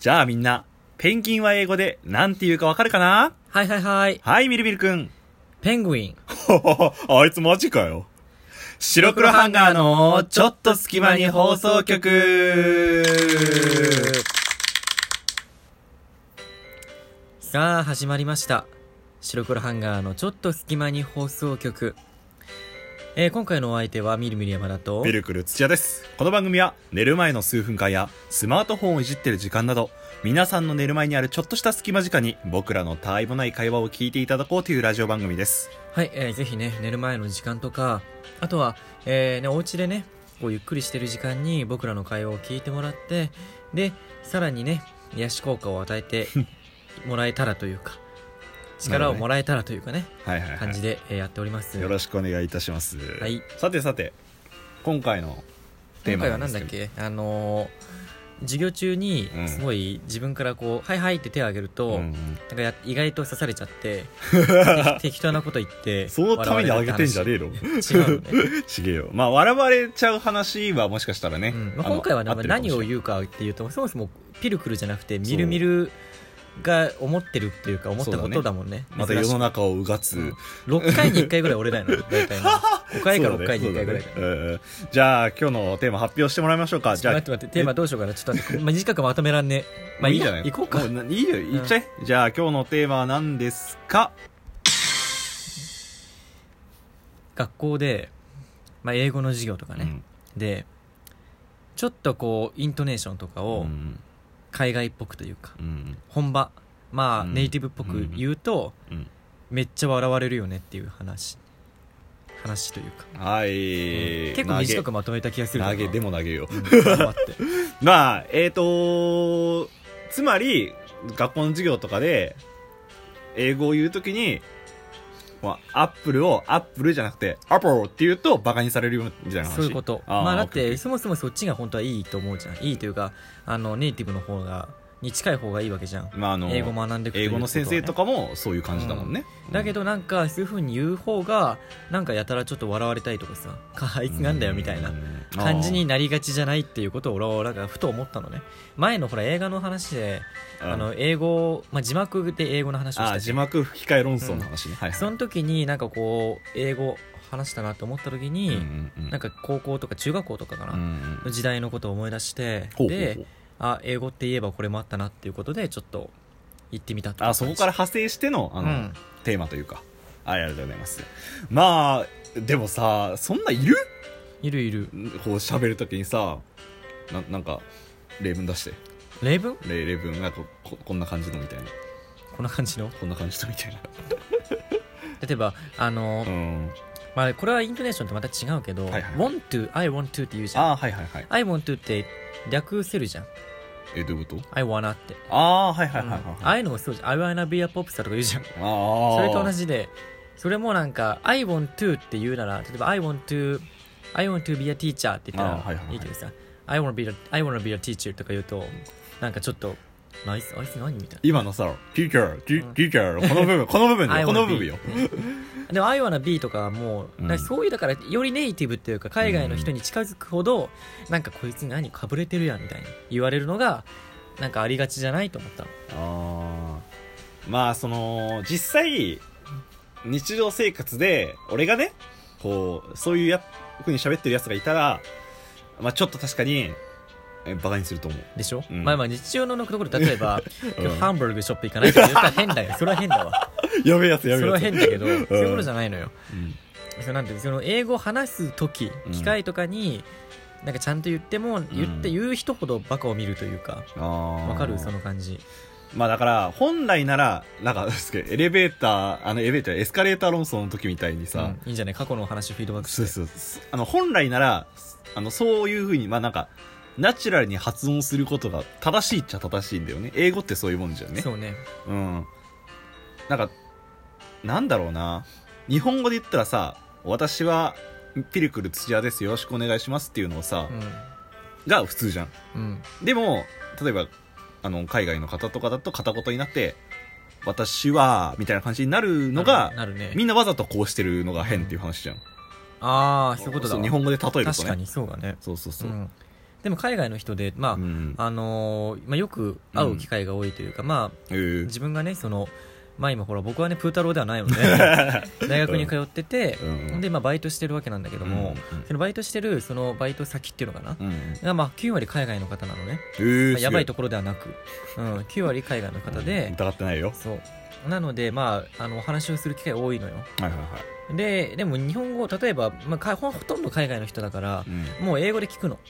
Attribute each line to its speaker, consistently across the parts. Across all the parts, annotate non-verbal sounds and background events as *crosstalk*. Speaker 1: じゃあみんな、ペンギンは英語でなんて言うかわかるかな
Speaker 2: はいはいはい。
Speaker 1: はい、みるみるくん。
Speaker 2: ペングイン。
Speaker 1: ほほほ、 *laughs* あいつマジかよ。白黒ハンガーのちょっと隙間に放送局
Speaker 2: さあ、始まりました。白黒ハンガーのちょっと隙間に放送局。えー、今回のお相手は、みるみる山田と
Speaker 1: ミ、ルクル土屋です。この番組は寝る前の数分間やスマートフォンをいじってる時間など、皆さんの寝る前にあるちょっとした隙間時間に僕らのたわいもない会話を聞いていただこうというラジオ番組です。
Speaker 2: はい、えー、ぜひね、寝る前の時間とか、あとは、えー、ね、お家でね、こう、ゆっくりしてる時間に僕らの会話を聞いてもらって、で、さらにね、癒し効果を与
Speaker 1: *laughs*
Speaker 2: えてもらえたらというか、力をもらえたらというかね、
Speaker 1: はいはい、は
Speaker 2: 感じで、えーやっております。
Speaker 1: い。よろしくお願いいたします。
Speaker 2: はい。
Speaker 1: さてさて、今回のテー
Speaker 2: 今
Speaker 1: マ
Speaker 2: 回は
Speaker 1: な
Speaker 2: なんん
Speaker 1: で
Speaker 2: だっ
Speaker 1: すけど。
Speaker 2: けあのー授業中に
Speaker 1: うん
Speaker 2: すごい自分からこう「はいはい」って手を挙げると、
Speaker 1: うん
Speaker 2: なんかや意外と刺されちゃって
Speaker 1: *laughs*
Speaker 2: 適当なこと言って
Speaker 1: そのために
Speaker 2: 笑
Speaker 1: 上げ
Speaker 2: われる
Speaker 1: てんじゃねえ
Speaker 2: っ
Speaker 1: の
Speaker 2: て話違う
Speaker 1: *laughs*
Speaker 2: のね、
Speaker 1: ちげえよ。まあ、笑われちゃう話はもしかしたらね。
Speaker 2: うんまあ、
Speaker 1: あの
Speaker 2: 今回はね
Speaker 1: 合ってるかもし
Speaker 2: 何
Speaker 1: れ
Speaker 2: を
Speaker 1: ない
Speaker 2: 言うかっていうとそもそもピルクルじゃなくて
Speaker 1: そう
Speaker 2: みるみるが思ってるっていうか思ったことだもんね
Speaker 1: また世の中をうがつ。
Speaker 2: 6回に1回ぐらい折れないの大体5
Speaker 1: *laughs*
Speaker 2: 回から6回に1回ぐらい
Speaker 1: そうだねそうだねうんうんじゃあ今日のテーマ発表してもらいましょうか
Speaker 2: ち
Speaker 1: じ
Speaker 2: ょっと
Speaker 1: ゃあ
Speaker 2: 待って待ってテーマどうしようかなちょっと待ってまあ短くまとめらんねま
Speaker 1: まあ
Speaker 2: あ
Speaker 1: い
Speaker 2: い
Speaker 1: いじ
Speaker 2: い
Speaker 1: ゃ
Speaker 2: じゃ
Speaker 1: な
Speaker 2: ないい行こうか
Speaker 1: もないいよ言っちゃえ、じゃあ今日のテーマは何ですか
Speaker 2: 学校で、まあ、英語の授業とかね、でちょっとこうイントネーションとか
Speaker 1: うん
Speaker 2: を海外っぽくというか、
Speaker 1: うん
Speaker 2: 本場まあ、
Speaker 1: うん
Speaker 2: ネイティブっぽく言うと、
Speaker 1: うん
Speaker 2: めっちゃ笑われるよねっていう話話というか、
Speaker 1: はい、
Speaker 2: 結構短くまとめた気がする
Speaker 1: 投げ投げで
Speaker 2: も
Speaker 1: も投げよう
Speaker 2: 頑張
Speaker 1: *laughs*
Speaker 2: って
Speaker 1: まあえっ、とつまり学校の授業とかで英語を言うときにまあアップルをアップルじゃなくてアポロって言うとバカにされるよみたいな話
Speaker 2: そういうこと
Speaker 1: あー
Speaker 2: まあだっ
Speaker 1: オッケーオッケ
Speaker 2: て
Speaker 1: ー
Speaker 2: そもそもそっちが本当はいいと思うじゃんいいというかあのネイティブの方がに近い方がいいわけじゃん
Speaker 1: まあ、あの
Speaker 2: 英語学んでいくとい
Speaker 1: 英
Speaker 2: うこ
Speaker 1: 語
Speaker 2: とはね
Speaker 1: の先生とかもそういう感じだもんね、
Speaker 2: だけどなんかそういう風に言う方がなんかやたらちょっと笑われたりとかさかあいつなんだよみたいな感じになりがちじゃないっていうことを俺はなんかふと思ったのね前のほら映画の話であの英語、まあ、字幕で英語の話を
Speaker 1: あ
Speaker 2: し
Speaker 1: ー
Speaker 2: た
Speaker 1: 字
Speaker 2: じゃん
Speaker 1: 幕吹き替え論争の話ね、はいはい
Speaker 2: その時になんかこう英語話したなと思った時に、
Speaker 1: うんうんうん
Speaker 2: なんか高校とか中学校とかかな、
Speaker 1: うんうん
Speaker 2: の時代のことを思い出して
Speaker 1: ほうほうほ
Speaker 2: で
Speaker 1: う
Speaker 2: あ英語って言えばこれもあったなっていうことでちょっと言ってみたって
Speaker 1: あそこから派生してのあの、
Speaker 2: うん
Speaker 1: テーマというかはいありがとうございますまあでもさそんないる
Speaker 2: いるいる
Speaker 1: こう喋るときにさななんか例文出して
Speaker 2: 例文
Speaker 1: 例例文がこここんな感じのみたいな
Speaker 2: こんな感じの
Speaker 1: こんな感じのみたいな
Speaker 2: 例えばあの、
Speaker 1: うん
Speaker 2: まあ、これはイントネーションとまた違うけど「
Speaker 1: はいはい
Speaker 2: want to」「I want to」って言うじゃん
Speaker 1: あーはいはいはい
Speaker 2: 「I want to」って略せるじゃん
Speaker 1: えどういうこと
Speaker 2: 「I wanna」って、
Speaker 1: ああはいはい
Speaker 2: うん
Speaker 1: はい
Speaker 2: あ
Speaker 1: はい、
Speaker 2: あいうのもそうじゃん「I wanna be a pop star」とか言うじゃん
Speaker 1: ああ
Speaker 2: それと同じでそれもなんか「I want to」って言うなら例えば「I want to」「I want to be a teacher」って言った
Speaker 1: あはいはいは
Speaker 2: ら
Speaker 1: い
Speaker 2: いいけどさ「I wanna be a, I wanna be a teacher」とか言うとなんかちょっと「あいつあいつ何?」みたい
Speaker 1: 今のさ、ティーチャー、テ
Speaker 2: う
Speaker 1: ィ
Speaker 2: ん
Speaker 1: ティーチャー、この *laughs* 部分、この部分だ
Speaker 2: I
Speaker 1: よ、
Speaker 2: wanna
Speaker 1: この部分よ。
Speaker 2: なでも「I wanna be」とかはもう、
Speaker 1: うん
Speaker 2: なんかそういうだからよりネイティブっていうか海外の人に近づくほど、なんかこいつ何かぶれてるやんみたいに言われるのがなんかありがちじゃないと思ったの
Speaker 1: あーまあ、その、実際、日常生活で、俺がね、こう、そういうや、ふうに喋ってるやつがいたら、まあ、ちょっと確かに、えバカにすると思う。
Speaker 2: でしょ、
Speaker 1: うん
Speaker 2: まあまあ日常のところ例えば、
Speaker 1: うん
Speaker 2: 今日ハンバーグショップ行かないとか言ったら変だ
Speaker 1: *laughs*
Speaker 2: よそれは変だわ
Speaker 1: やべえやつ、
Speaker 2: そ
Speaker 1: やべ
Speaker 2: れ
Speaker 1: え
Speaker 2: は
Speaker 1: やつ。
Speaker 2: 変だけど、そういうことじ
Speaker 1: ゃ
Speaker 2: ゃないのよ
Speaker 1: うん。
Speaker 2: そのなんていうのその英語を話す時
Speaker 1: うん
Speaker 2: 機会とかに、なんかちゃんと言っても言って
Speaker 1: うん
Speaker 2: 言う人ほどバカを見るというか
Speaker 1: あー
Speaker 2: わかるその感じ
Speaker 1: まあだから、本来なら、なんか、 *laughs* ですけどエレベーター、あの、エレベーター、エスカレーター論争の時みたいにさ、
Speaker 2: うんいいんじゃない過去のお話をフィードバックして
Speaker 1: そうそうそうあの本来ならあのそういうふうにまあなんかナチュラルに発音することが正しいっちゃ正しいんだよね英語ってそういうもんじゃんね
Speaker 2: そうね
Speaker 1: うんなんかなんだろうな日本語で言ったらさ私はピルクル土屋ですよろしくお願いしますっていうのをさ、が普通じゃん
Speaker 2: うん、うん、
Speaker 1: でも例えばあの海外の方とかだと片言になって私はみたいな感じになるのが
Speaker 2: なるね
Speaker 1: みんなわざとこうしてるのが変っていう話じゃん、
Speaker 2: ああそういうことだ
Speaker 1: そう
Speaker 2: わ
Speaker 1: 日本語で例えるとね
Speaker 2: 確かにそうだね
Speaker 1: そうそうそうう、
Speaker 2: んでも海外の人で、まあ
Speaker 1: うん
Speaker 2: あのーまあ、よく会う機会が多いというか、まあ、
Speaker 1: えー
Speaker 2: 自分がねその、まあ、今ほら僕はねプータローではないの
Speaker 1: *laughs*
Speaker 2: で大学に通ってて、
Speaker 1: うん
Speaker 2: でまあ、バイトしてるわけなんだけども、
Speaker 1: うんうん
Speaker 2: そのバイトしてるそのバイト先っていうのかな、
Speaker 1: うん
Speaker 2: がまあ、9割海外の方なのね、
Speaker 1: えー
Speaker 2: まあやばいと
Speaker 1: こ
Speaker 2: ころではなく、うん、9割海外の方で、
Speaker 1: 疑ってないよ
Speaker 2: そうなので、まあ、あのお話をする機会多いのよ
Speaker 1: はいはいはい
Speaker 2: ででも日本語例えば、まあ、かほとんど海外の人だから
Speaker 1: うん
Speaker 2: もう英語で聞くの「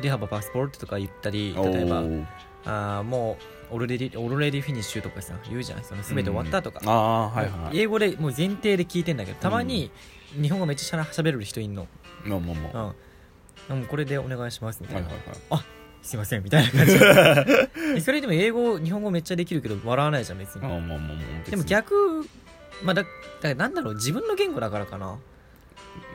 Speaker 2: リハバパスポート」とか言ったり例えば
Speaker 1: おー
Speaker 2: 「あーもうオルレディオルレディフィニッシュ」とかさ言うじゃんその全て終わったとか、
Speaker 1: うんあーはいはい
Speaker 2: 英語でもう前提で聞いてんだけどたまに日本語めっちゃしゃしゃべる人いんの、
Speaker 1: まあまあま
Speaker 2: う
Speaker 1: あ
Speaker 2: ん、でもこれでお願いしますみた
Speaker 1: は
Speaker 2: いな、
Speaker 1: いはいはい
Speaker 2: すいませんみたいな
Speaker 1: *laughs*
Speaker 2: 感じえそれでも英語日本語めっちゃできるけど笑わないじゃん別に、
Speaker 1: まあまあまあまあ別に
Speaker 2: でも逆まあだだからなんだろう自分の言語だからかな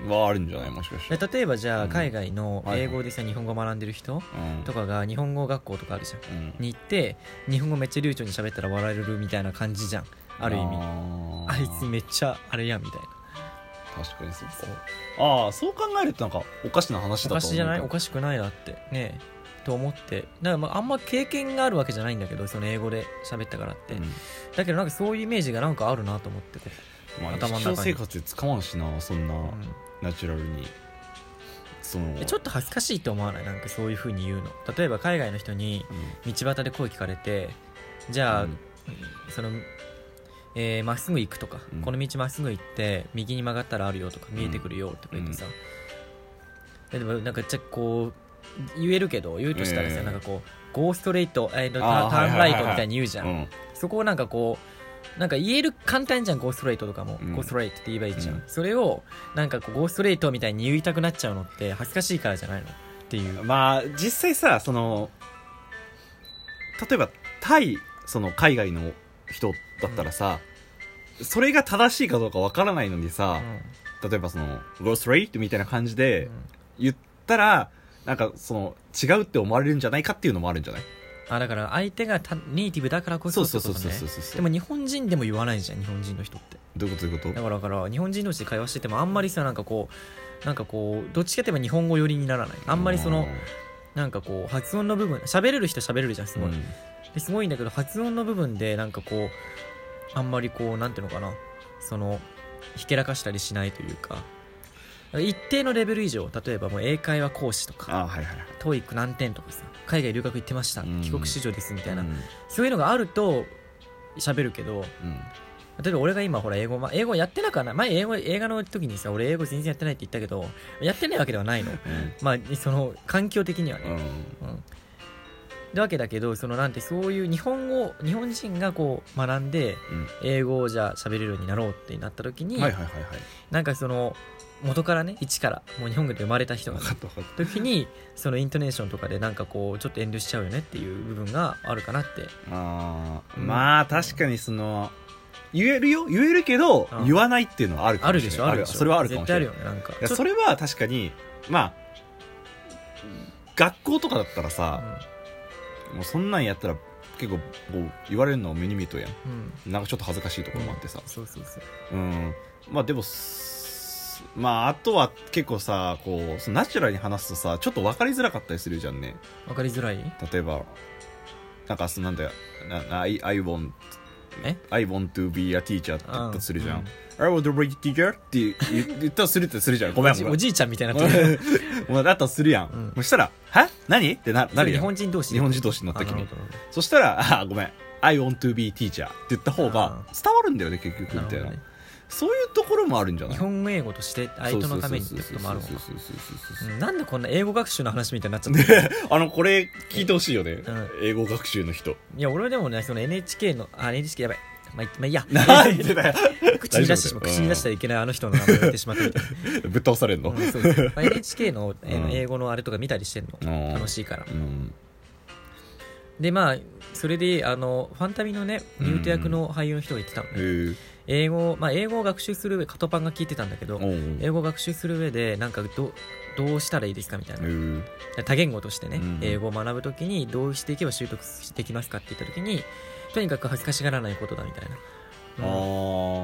Speaker 1: はあるんじゃないもしかして
Speaker 2: え例えばじゃ
Speaker 1: う
Speaker 2: あ
Speaker 1: ん
Speaker 2: 海外の
Speaker 1: はいはい
Speaker 2: 英語でさ日本語学んでる人
Speaker 1: うん
Speaker 2: とかが日本語学校とかあるじゃ
Speaker 1: うん
Speaker 2: んに行って日本語めっちゃ流暢に喋ったら笑えるみたいな感じじゃんある意味
Speaker 1: あー
Speaker 2: あいつめっちゃあれやんみたいな
Speaker 1: 確かにそうか
Speaker 2: そう
Speaker 1: ああそう考えるとなんかおかしな話だ
Speaker 2: お
Speaker 1: と
Speaker 2: かしいじゃない
Speaker 1: 思
Speaker 2: お
Speaker 1: うけ
Speaker 2: かしくないなってねえと思ってだからまああんま経験があるわけじゃないんだけどその英語で喋ったからって、
Speaker 1: どうん
Speaker 2: だけどなんかそういうイメージがなんかあるなと思ってて、
Speaker 1: まあ
Speaker 2: 頭の中
Speaker 1: 日
Speaker 2: に
Speaker 1: 常生活で使わんしなそんな
Speaker 2: うん
Speaker 1: ナチュラルにその
Speaker 2: えちょっと恥ずかしいと思わないなんかそういうふうに言うの例えば海外の人に
Speaker 1: うん
Speaker 2: 道端で声聞かれてじゃあ、
Speaker 1: うん
Speaker 2: そのえーまっすぐ行くとか、
Speaker 1: うん
Speaker 2: この道まっすぐ行って右に曲がったらあるよとか見えてくるよとか言ってさ、でもなんかじゃあこう言えるけど言うとしたらさ、
Speaker 1: ええ
Speaker 2: なんかこうゴーストレート、えー、
Speaker 1: あ
Speaker 2: タ
Speaker 1: ー
Speaker 2: ターンライト
Speaker 1: はいはいはいはい
Speaker 2: みたいに言うじゃん、
Speaker 1: うん
Speaker 2: そこをなんかこうなんか言える簡単じゃんゴーストレートとかも、
Speaker 1: うん
Speaker 2: ゴーストレートって言えばいいじゃん、
Speaker 1: うん
Speaker 2: それをなんかこうゴーストレートみたいに言いたくなっちゃうのって恥ずかしいからじゃないのっていう
Speaker 1: まあ実際さその例えばタイその海外の人だったらさ、それが正しいかどうかわからないのにさ、例えばその「ゴーストレイト」みたいな感じ
Speaker 2: うん
Speaker 1: で
Speaker 2: うん
Speaker 1: 言ったらなんかその違うって思われるんじゃないかっていうのもあるんじゃない
Speaker 2: あだから相手がたネイティブだからこ
Speaker 1: そ
Speaker 2: そうって
Speaker 1: そう
Speaker 2: こと
Speaker 1: そう
Speaker 2: ね
Speaker 1: そうそうそう
Speaker 2: でも日本人でも言わないじゃん日本人の人って
Speaker 1: どういうことどういうこと
Speaker 2: だからだから日本人同士で会話しててもあんまりさなんかこうなんかこうどっちかといえば日本語寄りにならないあんまりそのなんかこう発音の部分喋れる人は喋れるじゃんす
Speaker 1: うん
Speaker 2: ごい、ですごいんだけど発音の部分でなんかこうあんまりこうなんていうのかなそのひけらかしたりしないというか一定のレベル以上例えばもう英会話講師とか
Speaker 1: あはいはいはい
Speaker 2: TOEIC 何点とかさ海外留学行ってました
Speaker 1: うん
Speaker 2: 帰国子女ですみたいな、
Speaker 1: うん
Speaker 2: そういうのがあると喋るけ
Speaker 1: う
Speaker 2: ど
Speaker 1: ん
Speaker 2: 例えば俺が今ほら英語、まあ、英語やってなかない前英語映画の時にさ俺英語全然やってないって言ったけどやってないわけではないのまあその環境的にはね、
Speaker 1: うんうん
Speaker 2: うん、ってわけだけどそのなんてそういう日本語日本人がこう学んで英語をじゃあ喋れるようになろうってなった時
Speaker 1: う
Speaker 2: に、
Speaker 1: んはいはいはいはい
Speaker 2: なんかその元からね一からもう日本語で生まれた人が
Speaker 1: 分かった分かっ
Speaker 2: 時にそのイントネーションとかでなんかこうちょっと遠慮しちゃうよねっていう部分があるかなって
Speaker 1: たあー
Speaker 2: うん
Speaker 1: まあ確かにその言えるよ言えるけど
Speaker 2: うん
Speaker 1: 言わないっていうのはあるか
Speaker 2: あ
Speaker 1: も
Speaker 2: る
Speaker 1: しれ
Speaker 2: で
Speaker 1: ない
Speaker 2: しょあるでしょ
Speaker 1: それはあるかもしれない
Speaker 2: 絶対あるよねなんか
Speaker 1: いやそ
Speaker 2: れ
Speaker 1: れは確かにまあ学校とかだったらさ、もうそんなんやったら結構もう言われるのは目に見えとるや
Speaker 2: うん、うん
Speaker 1: んなんかちょっと恥ずかしいところもあってさ
Speaker 2: そうそうそ
Speaker 1: う
Speaker 2: う
Speaker 1: ん、まあでもすまああとは結構さこうそのナチュラルに話すとさちょっと分かりづらかったりするじゃんね
Speaker 2: わかりづらい
Speaker 1: 例えばなんかそのなんだよなな I, I want
Speaker 2: え
Speaker 1: I want to be a teacher って言ったとするじゃん、
Speaker 2: うん
Speaker 1: I want to be a teacher って言言ったとするってす
Speaker 2: *laughs*
Speaker 1: るじゃんごめん
Speaker 2: おじ
Speaker 1: ごめん
Speaker 2: おじいちゃんみたいになってる
Speaker 1: うんまあだとするやん、
Speaker 2: うん
Speaker 1: そしたら「は *laughs* 何?」ってななる
Speaker 2: 日
Speaker 1: やん
Speaker 2: 本人同士
Speaker 1: 日本人同士になった
Speaker 2: あ
Speaker 1: 時に
Speaker 2: なるほど
Speaker 1: そしたら「あーごめん I want to be teacher」って言った方が
Speaker 2: あ
Speaker 1: 伝わるんだよね結局み
Speaker 2: な
Speaker 1: た
Speaker 2: る
Speaker 1: い
Speaker 2: ほ
Speaker 1: な
Speaker 2: どね
Speaker 1: そういうところもあるんじゃな
Speaker 2: 日
Speaker 1: い
Speaker 2: 本語英語として相手のためにってこともあるもん
Speaker 1: そう
Speaker 2: な
Speaker 1: そうそうそうそうそうそう
Speaker 2: うんなんでこんな英語学習の話みたいになっ
Speaker 1: *laughs*
Speaker 2: ちゃったの
Speaker 1: あのこれ聞いてほしいよね、
Speaker 2: ん
Speaker 1: 英語学習の人
Speaker 2: いや俺でもねその NHK のあ NHK やばいまあいま *laughs* あいいや
Speaker 1: *laughs* なんでだよ
Speaker 2: *laughs* 口に出してしまう
Speaker 1: 大丈夫だよ
Speaker 2: 口に出したらいけないあの人の名前を言ってしまったみたい
Speaker 1: ぶっ倒されんの、
Speaker 2: な、うんそうですまあ NHK のえー
Speaker 1: うん
Speaker 2: 英語のあれとか見たりしてんの
Speaker 1: うん
Speaker 2: 楽しいから
Speaker 1: うん
Speaker 2: でまあそれであのファンタビのねミュート役の俳優の人が言ってたのね
Speaker 1: へえ
Speaker 2: 英語まあ英語を学習する上カトパンが聞いてたんだけど
Speaker 1: おう
Speaker 2: 英語を学習する上でなんかどどうしたらいいですかみたいな
Speaker 1: へえ
Speaker 2: 多言語としてね、
Speaker 1: うん
Speaker 2: 英語を学ぶときにどうしていけば習得できますかって言ったときにとにかく恥ずかしがらないことだみたいなうん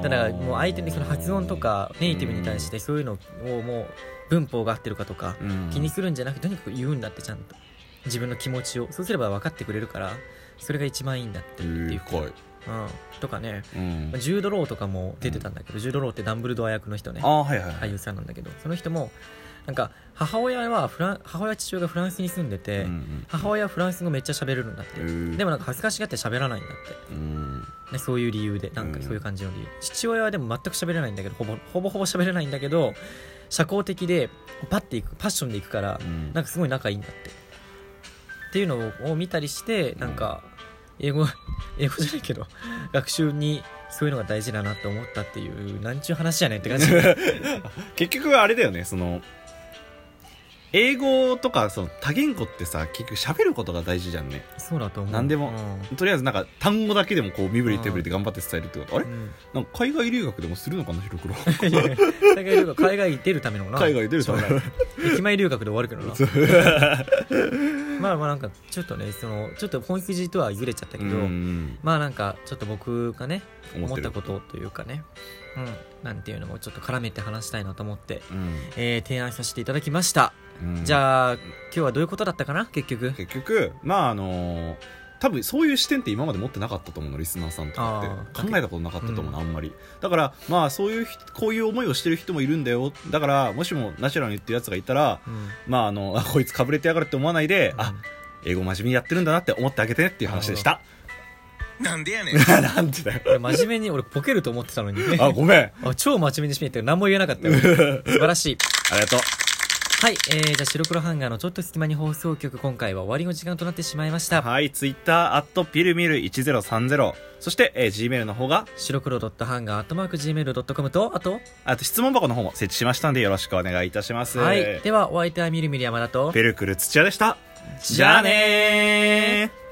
Speaker 1: ああ
Speaker 2: だからもう相手のその発音とかネイティブに対してそういうのをもう文法が合ってるかとか気にするんじゃなくてとにかく言うんだってちゃんと自分の気持ちをそうすれば分かってくれるからそれが一番いいんだってっていうこと、うん、とかね
Speaker 1: うん
Speaker 2: まあジュード・ローとかも出てたんだけど、ジュード・ローってダンブルドア役の人ね
Speaker 1: あーはいはいは
Speaker 2: 俳
Speaker 1: い
Speaker 2: 優さんなんだけどその人もなんか母親はフラン母親父親がフランスに住んでて、
Speaker 1: うん
Speaker 2: 母親はフランス語めっちゃ喋れるんだって、
Speaker 1: うん
Speaker 2: でもなんか恥ずかしがって喋らないんだって
Speaker 1: うん
Speaker 2: ね、そういう理由でなんかそういう感じの理由、父親はでも全く喋れないんだけどほぼほぼほぼ喋れないんだけど社交的でパッていくパッションでいくから、
Speaker 1: うん
Speaker 2: なんかすごい仲いいんだってっていうのを見たりしてなんか英語 *laughs* 英語じゃないけど学習にそういうのが大事だなって思ったっていうなんちゅう話やねんって
Speaker 1: *laughs*
Speaker 2: 感じ
Speaker 1: 結局あれだよねその英語とかその多言語ってさ結局喋ることが大事じゃんね
Speaker 2: そうだと思う
Speaker 1: なんでもとりあえずなんか単語だけでもこう身振り手振りで頑張って伝えるってことあ
Speaker 2: う
Speaker 1: れ
Speaker 2: ん
Speaker 1: なんか海外留学でもするのかな白黒
Speaker 2: うんいやいや海外留学海外に出るためのな
Speaker 1: 海外出るための
Speaker 2: 将来駅前留学で終わるけどな *laughs* まあまあなんかちょっとねそのちょっと本筋とはずれちゃ *laughs* ったけ
Speaker 1: う
Speaker 2: ど、
Speaker 1: ん
Speaker 2: まあなんかちょっと僕がね
Speaker 1: 思
Speaker 2: 思
Speaker 1: っ
Speaker 2: って
Speaker 1: る
Speaker 2: たことというかね、うん、なんていうのもちょっと絡めて話したいなと思って、
Speaker 1: うん
Speaker 2: えー提案させていただきました、
Speaker 1: うん
Speaker 2: じゃあ今日はどういうことだったかな結局
Speaker 1: 結局まああのー多分そういう視点って今まで持ってなかったと思うのリスナーさんとかって
Speaker 2: あー
Speaker 1: 考えたことなかったと思うの、
Speaker 2: う
Speaker 1: あんまりだからまあそういうひこういう思いをしてる人もいるんだよだからもしもナチュラルに言ってるやつがいたら
Speaker 2: うん
Speaker 1: まああのあこいつかぶれてやがるって思わないで、あ英語真面目にやってるんだなって思ってあげてねっていう話でした
Speaker 3: なんでやねん。
Speaker 1: *laughs* なんてだよ
Speaker 2: 俺真面目に俺ボケると思ってたのにね
Speaker 1: あごめんあ
Speaker 2: あ超真面目にしてみて何も言えなかったよ素晴らしい
Speaker 1: りがとう
Speaker 2: はい、えー、じゃあ白黒ハンガーのちょっと隙間に放送局今回は終わりの時間となってしまいました、
Speaker 1: はいツイッターアットピルミル1030そして、えー、Gmail の方が
Speaker 2: 白黒ドットハンガーアットマーク Gmail.com とあと
Speaker 1: あと質問箱の方も設置しましたんでよろしくお願いいたします
Speaker 2: はいではお相手はみるみる山田と
Speaker 1: ペルクル土屋でした
Speaker 2: じゃあねー
Speaker 1: じゃあねー